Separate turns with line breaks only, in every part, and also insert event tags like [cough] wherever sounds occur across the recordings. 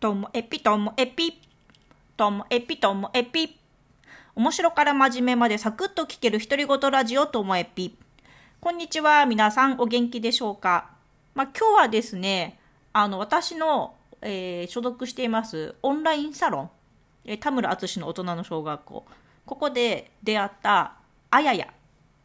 ともえぴともえぴともえぴともえぴ面白から真面目までサクッと聞ける独り言ラジオともえぴこんにちは皆さんお元気でしょうか、まあ、今日はですねあの私の、えー所属していますオンラインサロン、えー田村淳の大人の小学校ここで出会ったあやや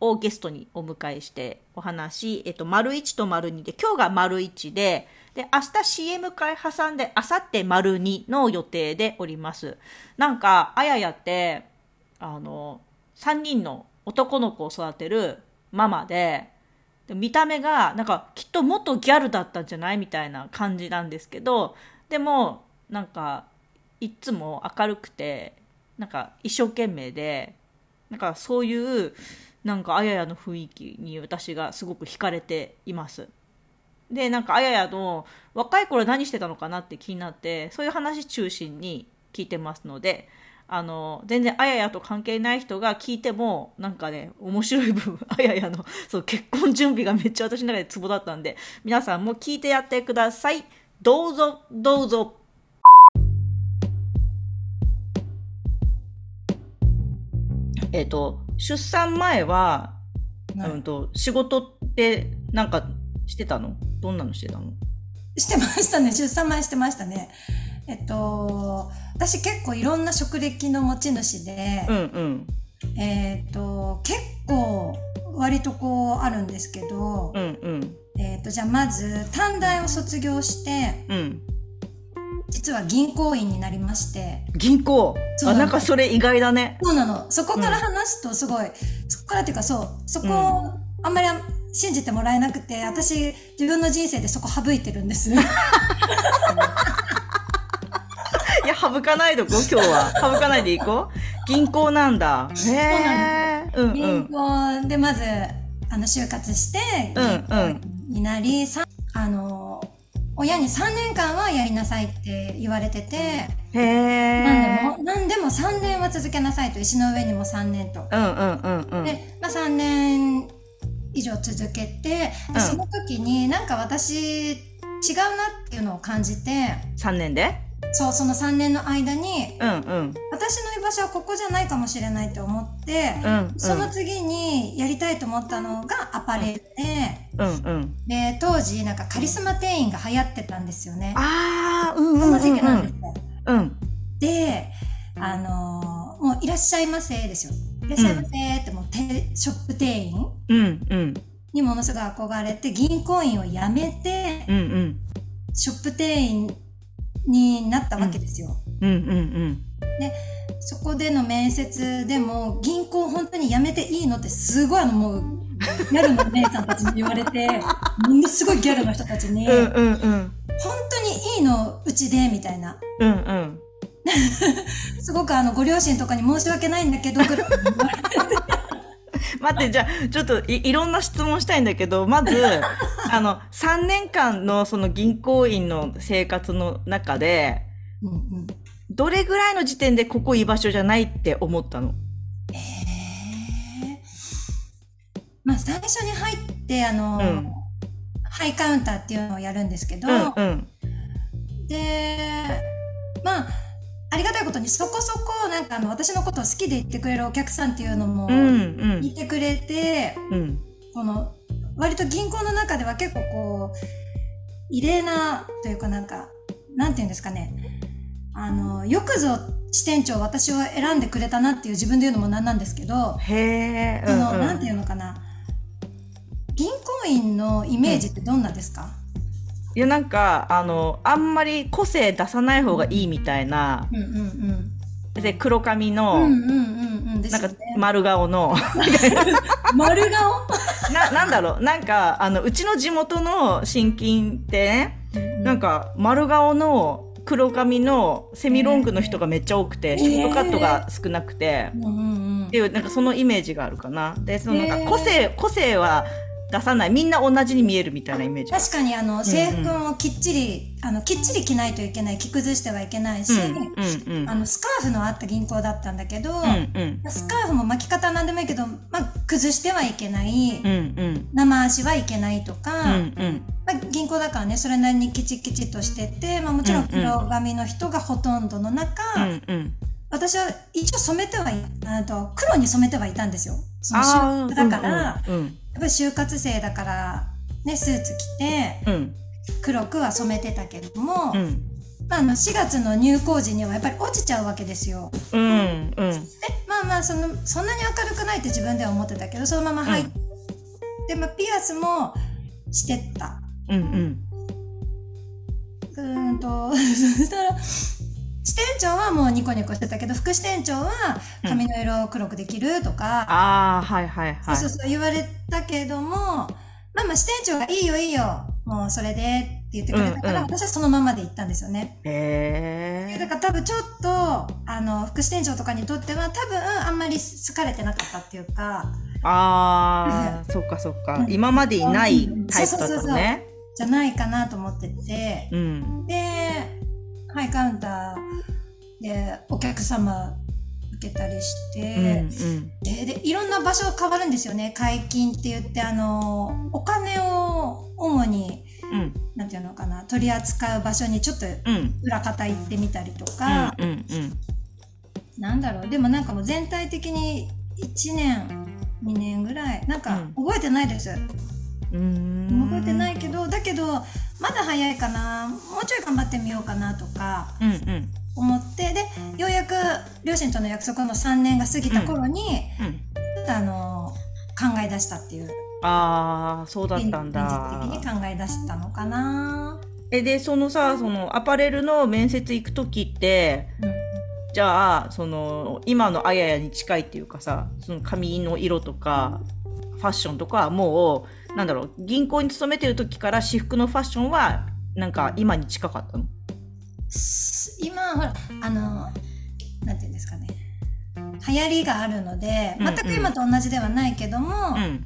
をゲストにお迎えしてお話し、えっと、丸1と丸2で、今日が丸1で、で、明日 CM 会挟んで、明後日丸2の予定でおります。なんか、あややって、あの、3人の男の子を育てるママで、で見た目が、なんか、きっと元ギャルだったんじゃないみたいな感じなんですけど、でも、なんか、いっつも明るくて、なんか、一生懸命で、なんかそういうなんかあややの雰囲気に私がすごく惹かれています。でなんかあややの若い頃何してたのかなって気になってそういう話中心に聞いてますのであの全然あややと関係ない人が聞いてもなんかね面白い部分あややの [laughs] そう結婚準備がめっちゃ私の中でツボだったんで皆さんも聞いてやってくださいどうぞどうぞえっ、と出産前は、
はい
うんと仕事ってなんかしてたのどんなのしてたの
してましたね出産前してましたねえっと私結構いろんな職歴の持ち主で、
うんうん
えっと結構割とこうあるんですけど、
うんうん
えっとじゃあまず短大を卒業して
うん
実は銀行員になりまして
銀行
そう
あ
なんだ
なんかそれ意外だね
そうなのそこから話すとすごい、そこからっていうかそうそこをあんまり信じてもらえなくて私自分の人生でそこ省いてるんです。
いや省か [laughs] ないでこう今日は省かないでいこう銀行なんだへえうんう
銀
ん
行でまずあの就活して
うん
になり、さあの親に3年間はやりなさいって言われてて、
うんへえ
何でも何でも3年は続けなさいと石の上にも3年と。
うんうんうんうん
で、まあ、3年以上続けてで
うん
その時になんか私違うなっていうのを感じて
三年で
そうその3年の間に
うんうん
私の居場所はここじゃないかもしれないと思って。
うんうん
その次にやりたいと思ったのがアパレルで、
うんうん
で当時なんかカリスマ店員が流行ってたんですよね。
ああうんうん
その
う
時
ん
期なんですよ。
うんうん
で、あのーもういらっしゃいませですよ。いらっしゃいませってもうてショップ店員
うんうん
にものすごい憧れて銀行員を辞めて
うんうん
ショップ店員になったわけですよ。
うんうん
そこでの面接でも銀行本当に辞めていいのってすごいあのもうギャルのお姉さんたちに言われ
[laughs]
てものすごいギャルの人たちに、
うんうん
本
うんうん
当にいいのうちでみたいな
うんうん
すごくあのご両親とかに申し訳ないんだけどぐらいに言われて
待ってじゃあちょっといいろんな質問したいんだけどま [laughs] ずあの3年間のその銀行員の生活の中で
うんうん
どれぐらいの時点でここ居場所じゃないって思ったの
えーまあ最初に入ってあの、
うん
ハイカウンターっていうのをやるんですけど、
うんうん
でまあありがたいことにそこそこなんかあの私のことを好きで言ってくれるお客さんっていうのも
うん
いてくれて、
うんうん
この割と銀行の中では結構こう異例なというかなんかなんて言うんですかねあのよくぞ支店長私を選んでくれたなっていう自分で言うのもなんなんですけど、
へえ
そのなんていうのかな銀行員のイメージってどんなですか、
いやなんかあのあんまり個性出さない方がいいみたいな
うん、うんうん
で黒髪
うんう
の、
んうんうんです
なん
よ
か
ね。
丸顔の
丸顔
ななんだろうなんかあのうちの地元の親近ってねなんか丸顔の黒髪のセミロングの人がめっちゃ多くて、
ー
ショートカットが少なくて、
うんうんうん
っていうなんかそのイメージがあるかな。でそのなんか
へー
個性、個性は出さないみんな同じに見えるみたいなイメージが
確かにあの制服もきっちり、あのきっちり着ないといけない着崩してはいけないし、
うんうんうん
あのスカーフのあった銀行だったんだけど、
うんうん
スカーフも巻き方なんでもいいけど、まあ、崩してはいけない、
うんうん
生足はいけないと
う
か、
んうん
まあ、銀行だからねそれなりにきちきちとしてて、まあ、もちろん黒髪の人がほとんどの中、
うんうん
私は一応染めてはいあと黒に染めてはいたんですよ。その
あ
就
ー
だから、やっ
うん
ぱり就活生だから、ね、スーツ着て
うん
黒くは染めてたけども、
うん
まあ、あの4月の入校時にはやっぱり落ちちゃうわけですよ。
うんうんうん
でまあまあそのそんなに明るくないって自分では思ってたけどそのまま入って、でまあ、ピアスもしてった。
うんうん
うーんと [laughs] そしたら支店長はもうニコニコしてたけど副支店長は髪の色を黒くできるとか、
ああはいはいはい
そうそうそう言われたけどもまあまあ支店長が「いいよいいよもうそれで」って言ってくれたから、
うんうん
私はそのままで行ったんですよね。
へ
だから多分ちょっとあの副支店長とかにとっては多分あんまり好かれてなかったっていうか
ーああそっかそっか今までいないタイプだったのね
じゃないかなと思ってて。
うん
でハイカウンターでお客様受けたりして、
うんうん
ででいろんな場所変わるんですよね解禁って言ってあのお金を主に
うん
なんていうのかな取り扱う場所にちょっと
うん
裏方行ってみたりと
うん
か、
うんうん
なんだろうでもなんかもう全体的に1年2年ぐらいなんか覚えてないです、
うーん
覚えてないけどだけどまだ早いかなもうちょい頑張ってみようかなとか
うんうん
思ってでようやく両親との約束の3年が過ぎた頃に、
うん
ちょっとあの考え出したっていう
ああそうだったん
現実
だ
的に考え出したのかな、
えでそのさそのアパレルの面接行く時ってじゃあその今のあややに近いっていうかさその髪の色とかファッションとかはもうなんだろう銀行に勤めてる時から私服のファッションはなんか今に近かったの
す今ほらあのなんていうんですかね流行りがあるので
うんう
全
ん
く今と同じではないけども、
うん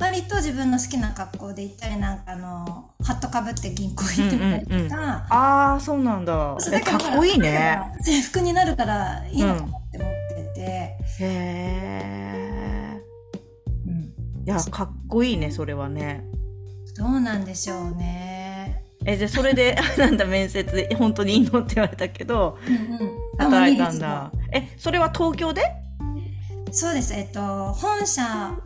割と自分の好きな格好で行ったりなんかあのハットかぶって銀行行ってみたりとか。
うんうんうんああそうなんだ
そう
え
だら
かっこいいね。
制服になるからいいのかなって思ってて、
へえ
うん
いやかっこいいねそれはね
どうなんでしょうね。
えでそれで [laughs] なんだ面接で本当にいいのって言われたけど
うんうん
働いたんだ。え、それは東京で？
そうです、えっと、本社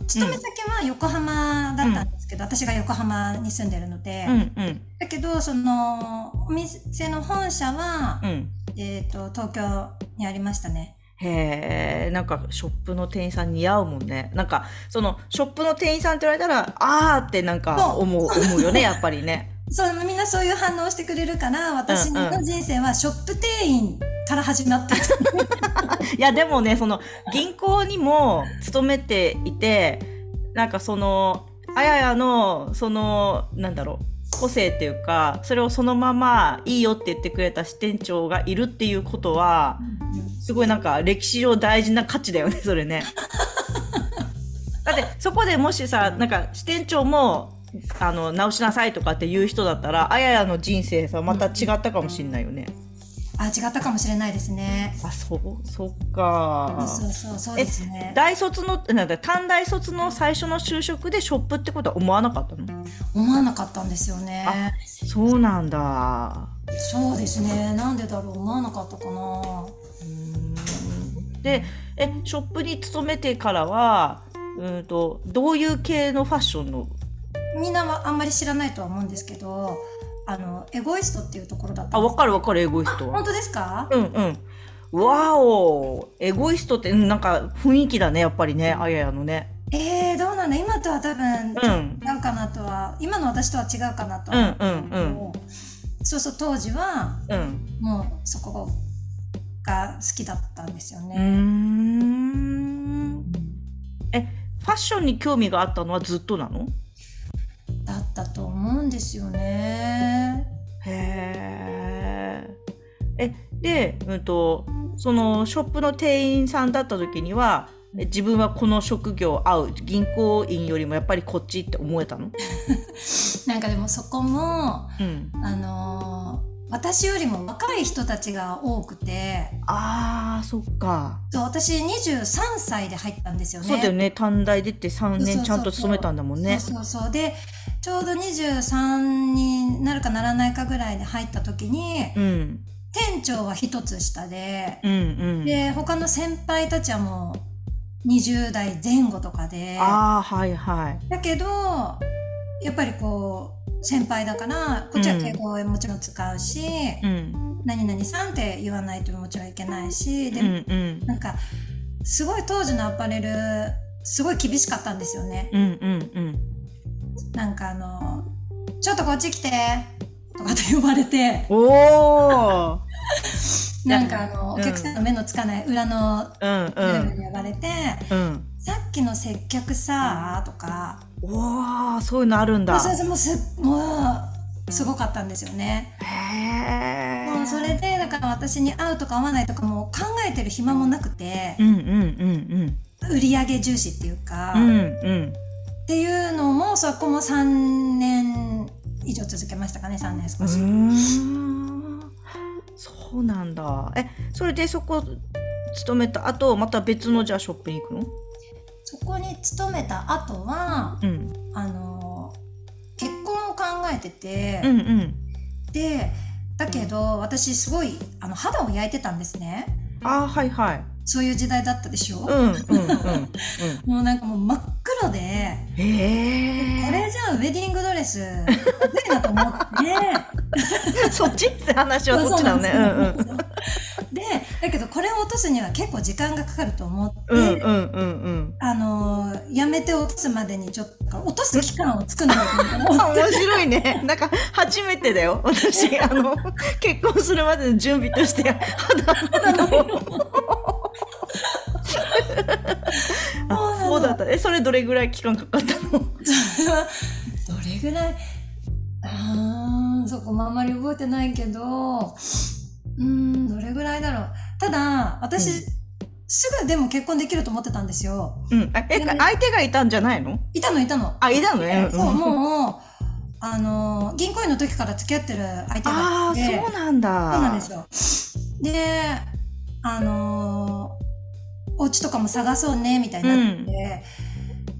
勤め先は横浜だったんですけど、私が横浜に住んでるので、
うんうん
だけどそのお店の本社は、
うん。
えっと、東京にありましたね。
へえ、なんかショップの店員さん似合うもんね。なんかそのショップの店員さんって言われたら、あーってなんか
そう
思う思うよね、やっぱりね。
そうみんなそういう反応してくれるから私
うんう
の
ん
人生はショップ店員から始まっ
[laughs]
た
いやでもね、その銀行にも勤めていて、なんかそのあややのそのなんだろう。個性っていうかそれをそのままいいよって言ってくれた支店長がいるっていうことはすごいなんか歴史上大事な価値だよねそれね。だってそこでもしさなんか支店長もあの直しなさいとかって言う人だったらあややの人生さまた違ったかもしんないよね。
あ違ったかもしれないですね。
あそうそっか。
そうそうそうですね。
大卒のなんだ短大卒の最初の就職でショップってことは思わなかったの
思わなかったんですよね。
そうなんだ。
そうですね。なんでだろう思わなかったかな。
でえショップに勤めてからはうんとどういう系のファッションの
みんなはあんまり知らないとは思うんですけど、あのエゴイストっていうところだった
あ
んで
わ
す。
かるわかるエゴイストは
本。当ですか？
うんうん。わおエゴイストってうんなんか雰囲気だねやっぱりねあややのね。
えー、どうなんだ。今とは多分
うんうん
違うかなとは、今の私とは違うかなと
う
は
んうん
思うけど。そうそう当時は
うん。
もうそこが好きだったんですよ
うー
ね。
ん。ファッションに興味があったのはずっとなの？
だったと思うんですよね。
へえ。えでうんとそのショップの店員さんだった時には自分はこの職業合う銀行員よりもやっぱりこっちって思えたの、
なんかでもそこも、
うん、
あのー私よりも若い人たちが多くて、
あーそっか、
そう私23歳で入ったんですよね。
そうだよね短大出て3
そうそうそ
年
う
ちゃんと勤めたんだもんね
そうそうそうでちょうど23になるかならないかぐらいで入った時に
うん
店長は一つ下で、
うんうん
で他の先輩たちはもう20代前後とかで
ああはいはい
だけどやっぱりこう先輩だからこっちは敬語をもちろん使うし「
うん
何々さん」って言わないともちろんいけないし
う
で、
んうん
なんかすごい当時のアパレルすごい厳しかったんですよね。
うんうんうん
なんかあの「ちょっとこっち来て」とかと呼ばれて
おお
なんかあの、
うん
お客さんの目のつかない裏
う
の
ん
ル
う
ーム
ん
に呼ばれて
うん
「さっきの接客さ」とか
おおそういうのあるんだ
それでもうすもうすごかったんですよね。
へえ
もうそれでだから私に合うとか合わないとかも考えてる暇もなくて
う、んうんうん
売り上げ重視っていうか、
うんう
っ
んうん
ていうのもそこも3年以上続けましたかね3年
う
少し。
ーんそうなんだえそれでそこ勤めた後また別のじゃあショップに行くの
そこに勤めた後は
うん
あの結婚を考えてて、
うんうん
でだけど私すごいあの肌を焼いてたんですね
あーはいはい
そういう時代だったでしょ、
うんうんうんうん
もうなんかもう真っ黒でこ
へえ
れじゃあウェディングドレスまずいなと思って
そっちって話はそっちだよね
そうなんですよでだけどこれを落とすには結構時間がかかると思って、
うんうんうんうんうん
あのやめて落とすまでにちょっと落とす期間を作んないとと思って
面白いねなんか初めてだよ私あの結婚するまでの準備として肌の色をあそうだったえそれどれぐらい期間かかったの
それはどれぐらいあーそこもあんまり覚えてないけどうーんどれぐらいだろうただ私、
うん
すぐでも結婚できると思ってたんですよ
うん、あえ
でもね
相手がいたんじゃないの
いたのいたの
あいたのね、
そうもうあの銀行員の時から付き合ってる相手が
あ
い
あ
て
そうなんだ
そうなんですよであのお家とかも探そうねみたいになって、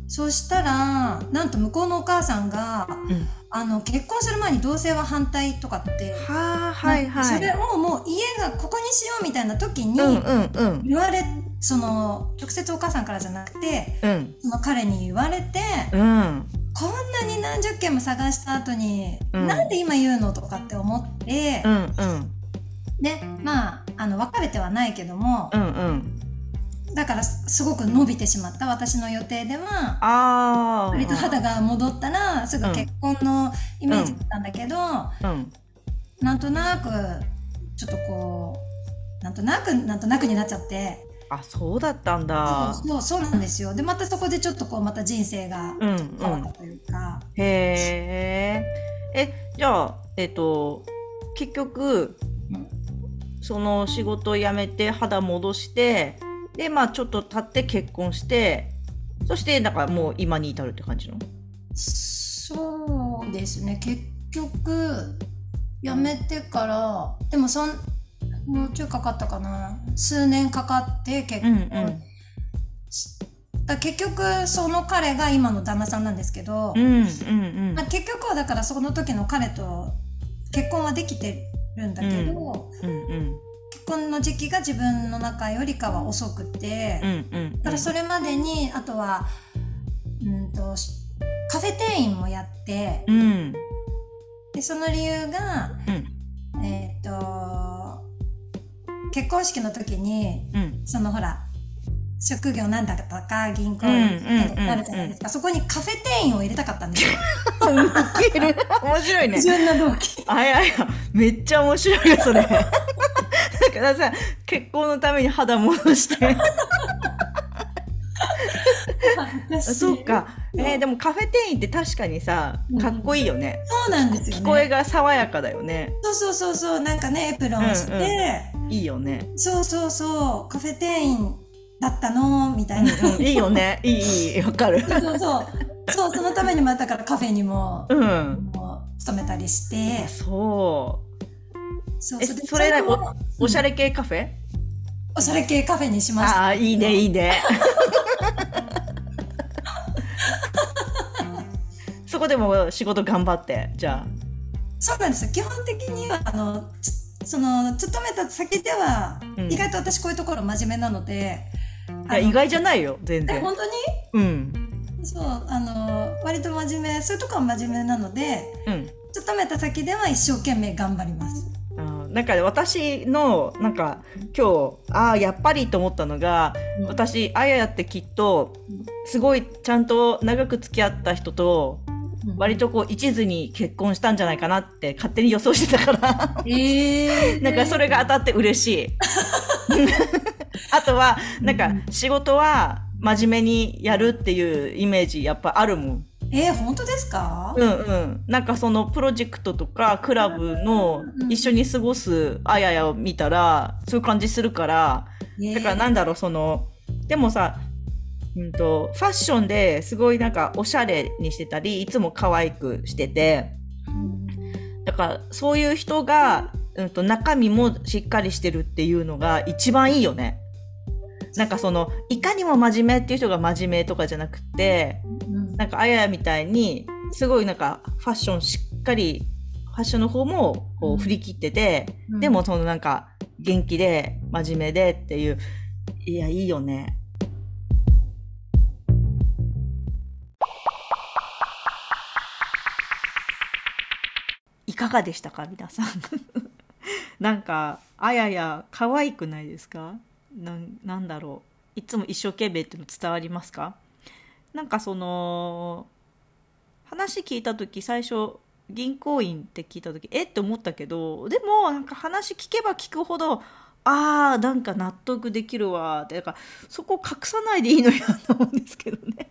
そしたらなんと向こうのお母さんが
うん
あの結婚する前に同棲は反対とかって、
はあはいはい
それをもう家がここにしようみたいな時に
うんうんうん
言われ、その直接お母さんからじゃなくて
うん
その彼に言われて、
うん
こんなに何十件も探した後に、
うん
なんで今言うのとかって思って
う、んうん
でまああの別れてはないけども
う、んうん
だからすすごく伸びてしまった私の予定では。
ああ
割と肌が戻ったらすぐ結婚のイメージだったんだけど、
うん
なんとなくちょっとこうなんとなくなんとなくになっちゃって
あそうだったんだ
そうそうなんですよでまたそこでちょっとこうまた人生が
うんう
変わった
ん
というか、
へええじゃあえっ、と結局
うん
その仕事を辞めて肌戻してでまあちょっと経って結婚してそしてなんかもう今に至るって感じの
そうですね結局辞めてからでもそんもうちょいかかったかな数年かかって結
うんう
婚、
ん
だ結局その彼が今の旦那さんなんですけど、
うんうん
まあ、結局はだからその時の彼と結婚はできてるんだけど、
うんうん
結婚の時期が自分の中よりかは遅くて、
う
だ
んうん
からそれまでにあとはうんとしカフェ店員もやって
うん
でその理由が、えっ、と結婚式の時に
うん
そのほら職業なんだったか銀行員
うんうんうん
なるじゃないですか、そこにカフェ店員を入れたかったんですよ
[laughs] ウケる面白いね
自分の同期
あいやいやめっちゃ面白いよそ [laughs] れだからさ結婚のために肌戻して [laughs] そうかえーでもカフェ店員って確かにさかっこいいよね、
そうなんですよ
聞
ね
こえが爽やかだよね
そうそうそうそうなんかねエプロンして、
いいよね
そうそうそうカフェ店員だったのみたいな、
うんうん [laughs] いいよね。いいいいわ [laughs] かる。
そうそうそうそのためにもだからカフェにも
うん。
もう勤めたりして
そ。
そう
え
うで
それな
を
おおしゃれ系カフェ？
おしゃれ系カフェにしました
ああいいねいい [laughs] ね。そこでも仕事頑張ってじゃ
そうなんですよ基本的にはあのつその勤めた先では、
うん
意外と私こういうところ真面目なので
あ。いや意外じゃないよ全
あのえ
然。
本当に
うん
そうあの割と真面目そういうところは真面目なので
うん。
勤めた先では一生懸命頑張ります。
あーなんかね私のなんか今日ああやっぱりと思ったのが
うん
私あややってきっとすごいちゃんと長く付き合った人と
うん
割とこう一途に結婚したんじゃないかなって勝手に予想してた [laughs] から
えー
なんかそれが当たって嬉し [laughs] い。あとはなんか仕事は真面目にやるっていうイメージやっぱあるもん。
えー本当ですか、
うんうん。なんかそのプロジェクトとかクラブの一緒に過ごすあややを見たらそういう感じするから
えー
だからなんだろうそのでもさ、うん、とファッションですごいなんかおしゃれにしてたりいつも可愛くしててだからそういう人が、うん、と中身もしっかりしてるっていうのが一番いいよね。なんかそのいかにも真面目っていう人が真面目とかじゃなくて
うん
なんかあややみたいにすごいなんかファッションしっかりファッションの方もこう振り切ってて、
うん
でもそのなんか元気で真面目でっていういやいいよね。いかがでしたか皆さん。 [laughs] なんかあやや可愛くないですかなんなんだろういつも一生懸命っていうの伝わりますかなんかその話聞いた時最初銀行員って聞いた時えって思ったけどでもなんか話聞けば聞くほどあーなんか納得できるわってだからそこ隠さないでいいのになと思うんですけどね。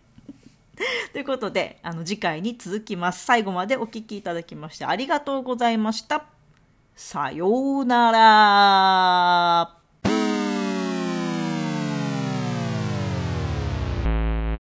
[laughs] ということであの次回に続きます最後までお聞きいただきましてありがとうございました。さようなら。